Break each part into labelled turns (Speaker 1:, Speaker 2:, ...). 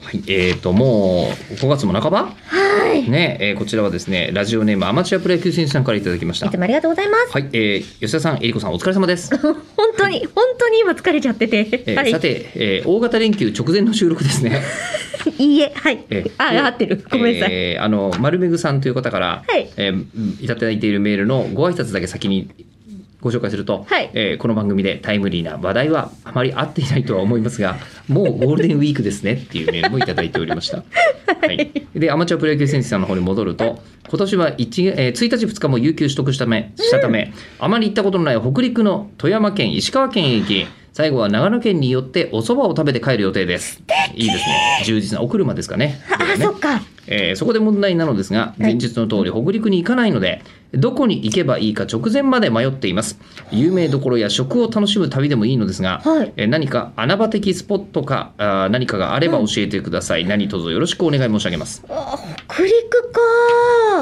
Speaker 1: はい、えっ、と、もう、5月も半ば
Speaker 2: はい。
Speaker 1: ね、えーこちらはですね、ラジオネームアマチュアプロ野球選手さんからいただきました
Speaker 2: いつ。もありがとうございます。
Speaker 1: はい、えー吉田さん、えりこさん、お疲れ様です。
Speaker 2: 本当に、本当に今疲れちゃってて。
Speaker 1: えー
Speaker 2: はい。
Speaker 1: さて、えー大型連休直前の収録です ね。
Speaker 2: いいえ、はい
Speaker 1: えー。
Speaker 2: あ、合ってる。ごめんなさい。
Speaker 1: えーあの、丸めぐさんという方から、
Speaker 2: はい
Speaker 1: えーいただいているメールのご挨拶だけ先にご紹介すると、
Speaker 2: はい
Speaker 1: えーこの番組でタイムリーな話題はあまり合っていないとは思いますが、もうゴールデンウィークですねっていうメールもいただいておりました。はい、で、アマチュアプロ野球選手さんの方に戻ると、今年は 1,、えー1日、2日も有給取得しためしたため、あまり行ったことのない北陸の富山県、石川県へ行き、最後は長野県に寄ってお蕎麦を食べて帰る予定です。いいですね。充実なお車ですかね。
Speaker 2: あ、そっか。
Speaker 1: えーそこで問題なのですが前日の通り北陸に行かないのでどこに行けばいいか直前まで迷っています有名どころや食を楽しむ旅でもいいのですが、
Speaker 2: はい
Speaker 1: えー何か穴場的スポットかあー何かがあれば教えてください、何卒よろしくお願い申し上げます
Speaker 2: あ北陸か。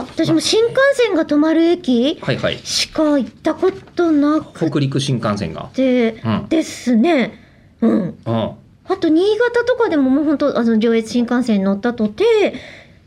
Speaker 2: 私も新幹線が止まる駅
Speaker 1: はいはい
Speaker 2: しか行ったことなく
Speaker 1: 北陸新幹線が
Speaker 2: て
Speaker 1: うん
Speaker 2: ですね。うん。
Speaker 1: うん
Speaker 2: あと、新潟とかでももう本当、あの、上越新幹線に乗ったとて、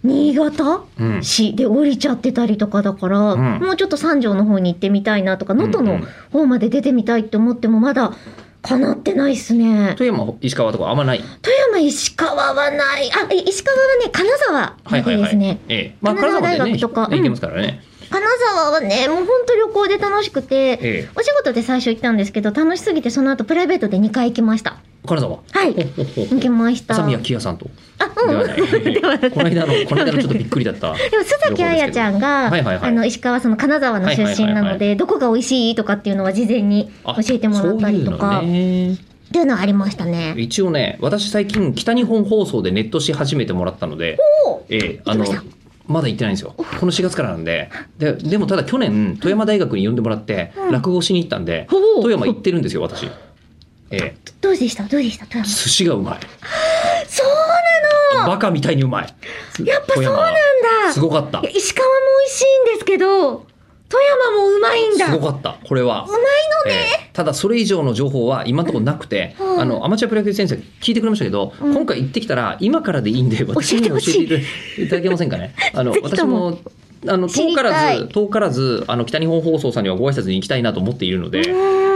Speaker 2: 新潟
Speaker 1: うん
Speaker 2: 市で降りちゃってたりとかだから、
Speaker 1: うん
Speaker 2: もうちょっと三条の方に行ってみたいなとか、
Speaker 1: んう
Speaker 2: 能
Speaker 1: ん
Speaker 2: 登の方まで出てみたいって思ってもまだ叶ってないっすね。
Speaker 1: 富山石川とかあんまない
Speaker 2: 富山、石川はない。あ、え石川はね、金沢
Speaker 1: はいは
Speaker 2: まで
Speaker 1: い
Speaker 2: で
Speaker 1: は
Speaker 2: す
Speaker 1: い、
Speaker 2: ね。
Speaker 1: ええまあ
Speaker 2: 神
Speaker 1: 金沢
Speaker 2: 奈川
Speaker 1: ま
Speaker 2: 大
Speaker 1: でね
Speaker 2: 学とか
Speaker 1: 行けますからね、
Speaker 2: 金沢はね、もう本当旅行で楽しくて、
Speaker 1: ええ
Speaker 2: お仕事で最初行ったんですけど、楽しすぎてその後プライベートで2回行きました。
Speaker 1: 金沢
Speaker 2: はい
Speaker 1: ほっほっほっほ
Speaker 2: 行きました。
Speaker 1: 朝宮木屋さんと
Speaker 2: あ、うん。
Speaker 1: ではない この間のこの間のちょっとびっくりだった
Speaker 2: でも須崎彩ちゃんが、
Speaker 1: はいはいはい
Speaker 2: あの石川その金沢の出身な
Speaker 1: はいはいは
Speaker 2: の
Speaker 1: いは
Speaker 2: で、どこが美味しいとかっていうのは事前に
Speaker 1: あ
Speaker 2: 教えてもらったりとか
Speaker 1: そういうのね
Speaker 2: っていうのはありましたね。
Speaker 1: 一応ね私最近北日本放送でネットし始めてもらったので
Speaker 2: おう
Speaker 1: ええあの
Speaker 2: 行きまし
Speaker 1: まだ行ってないんですよこの4月からなんでででもただ去年富山大学に呼んでもらって
Speaker 2: うん
Speaker 1: 落語しに行ったんで、
Speaker 2: ほう
Speaker 1: 富山行ってるんですよ私、ええ、
Speaker 2: どうでしたどうでした富山。
Speaker 1: 寿司がうまい
Speaker 2: そうなの
Speaker 1: バカみたいにうまい
Speaker 2: やっぱそう
Speaker 1: 富
Speaker 2: な
Speaker 1: 山
Speaker 2: ん
Speaker 1: は
Speaker 2: だ
Speaker 1: すごかった
Speaker 2: いや石川も美味しいんですけど、富山もうまいんだ
Speaker 1: すごかったこれは
Speaker 2: うまいのね、
Speaker 1: えーただそれ以上の情報は今のところなくて、
Speaker 2: うん
Speaker 1: あのアマチュアプロ野球先生聞いてくれましたけど、
Speaker 2: うん
Speaker 1: 今回行ってきたら今からでいいんで私に
Speaker 2: 教えてほ
Speaker 1: 教
Speaker 2: しい
Speaker 1: えていただけませんか ねあの
Speaker 2: ぜひ
Speaker 1: 私
Speaker 2: とも
Speaker 1: もあの
Speaker 2: 知り
Speaker 1: 遠か
Speaker 2: た
Speaker 1: ら
Speaker 2: い
Speaker 1: ず遠からずあの北日本放送さんにはご挨拶に行きたいなと思っているので、
Speaker 2: うん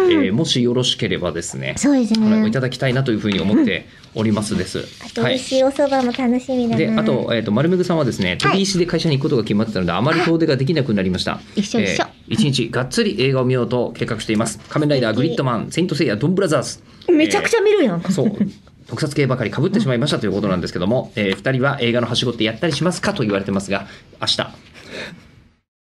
Speaker 1: えーもしよろしければですね
Speaker 2: そうです
Speaker 1: あのい
Speaker 2: ね
Speaker 1: た。だきたいなというふうに思っておりますです。
Speaker 2: あと美味しいお蕎麦も楽しみだな。
Speaker 1: であと,、えー、と丸めぐさんはですね飛び石で会社に行くことが決まってたので、あまり遠出ができなくなりました
Speaker 2: 一緒一緒
Speaker 1: えー一日がっつり映画を見ようと計画しています仮面ライダーグリッドマンセイントセイヤドンブラザーズ
Speaker 2: めちゃくちゃ見るやん。
Speaker 1: えーそう特撮系ばかりかぶってしまいましたということなんですけども、え2人は映画のはしごってやったりしますかと言われてますが明日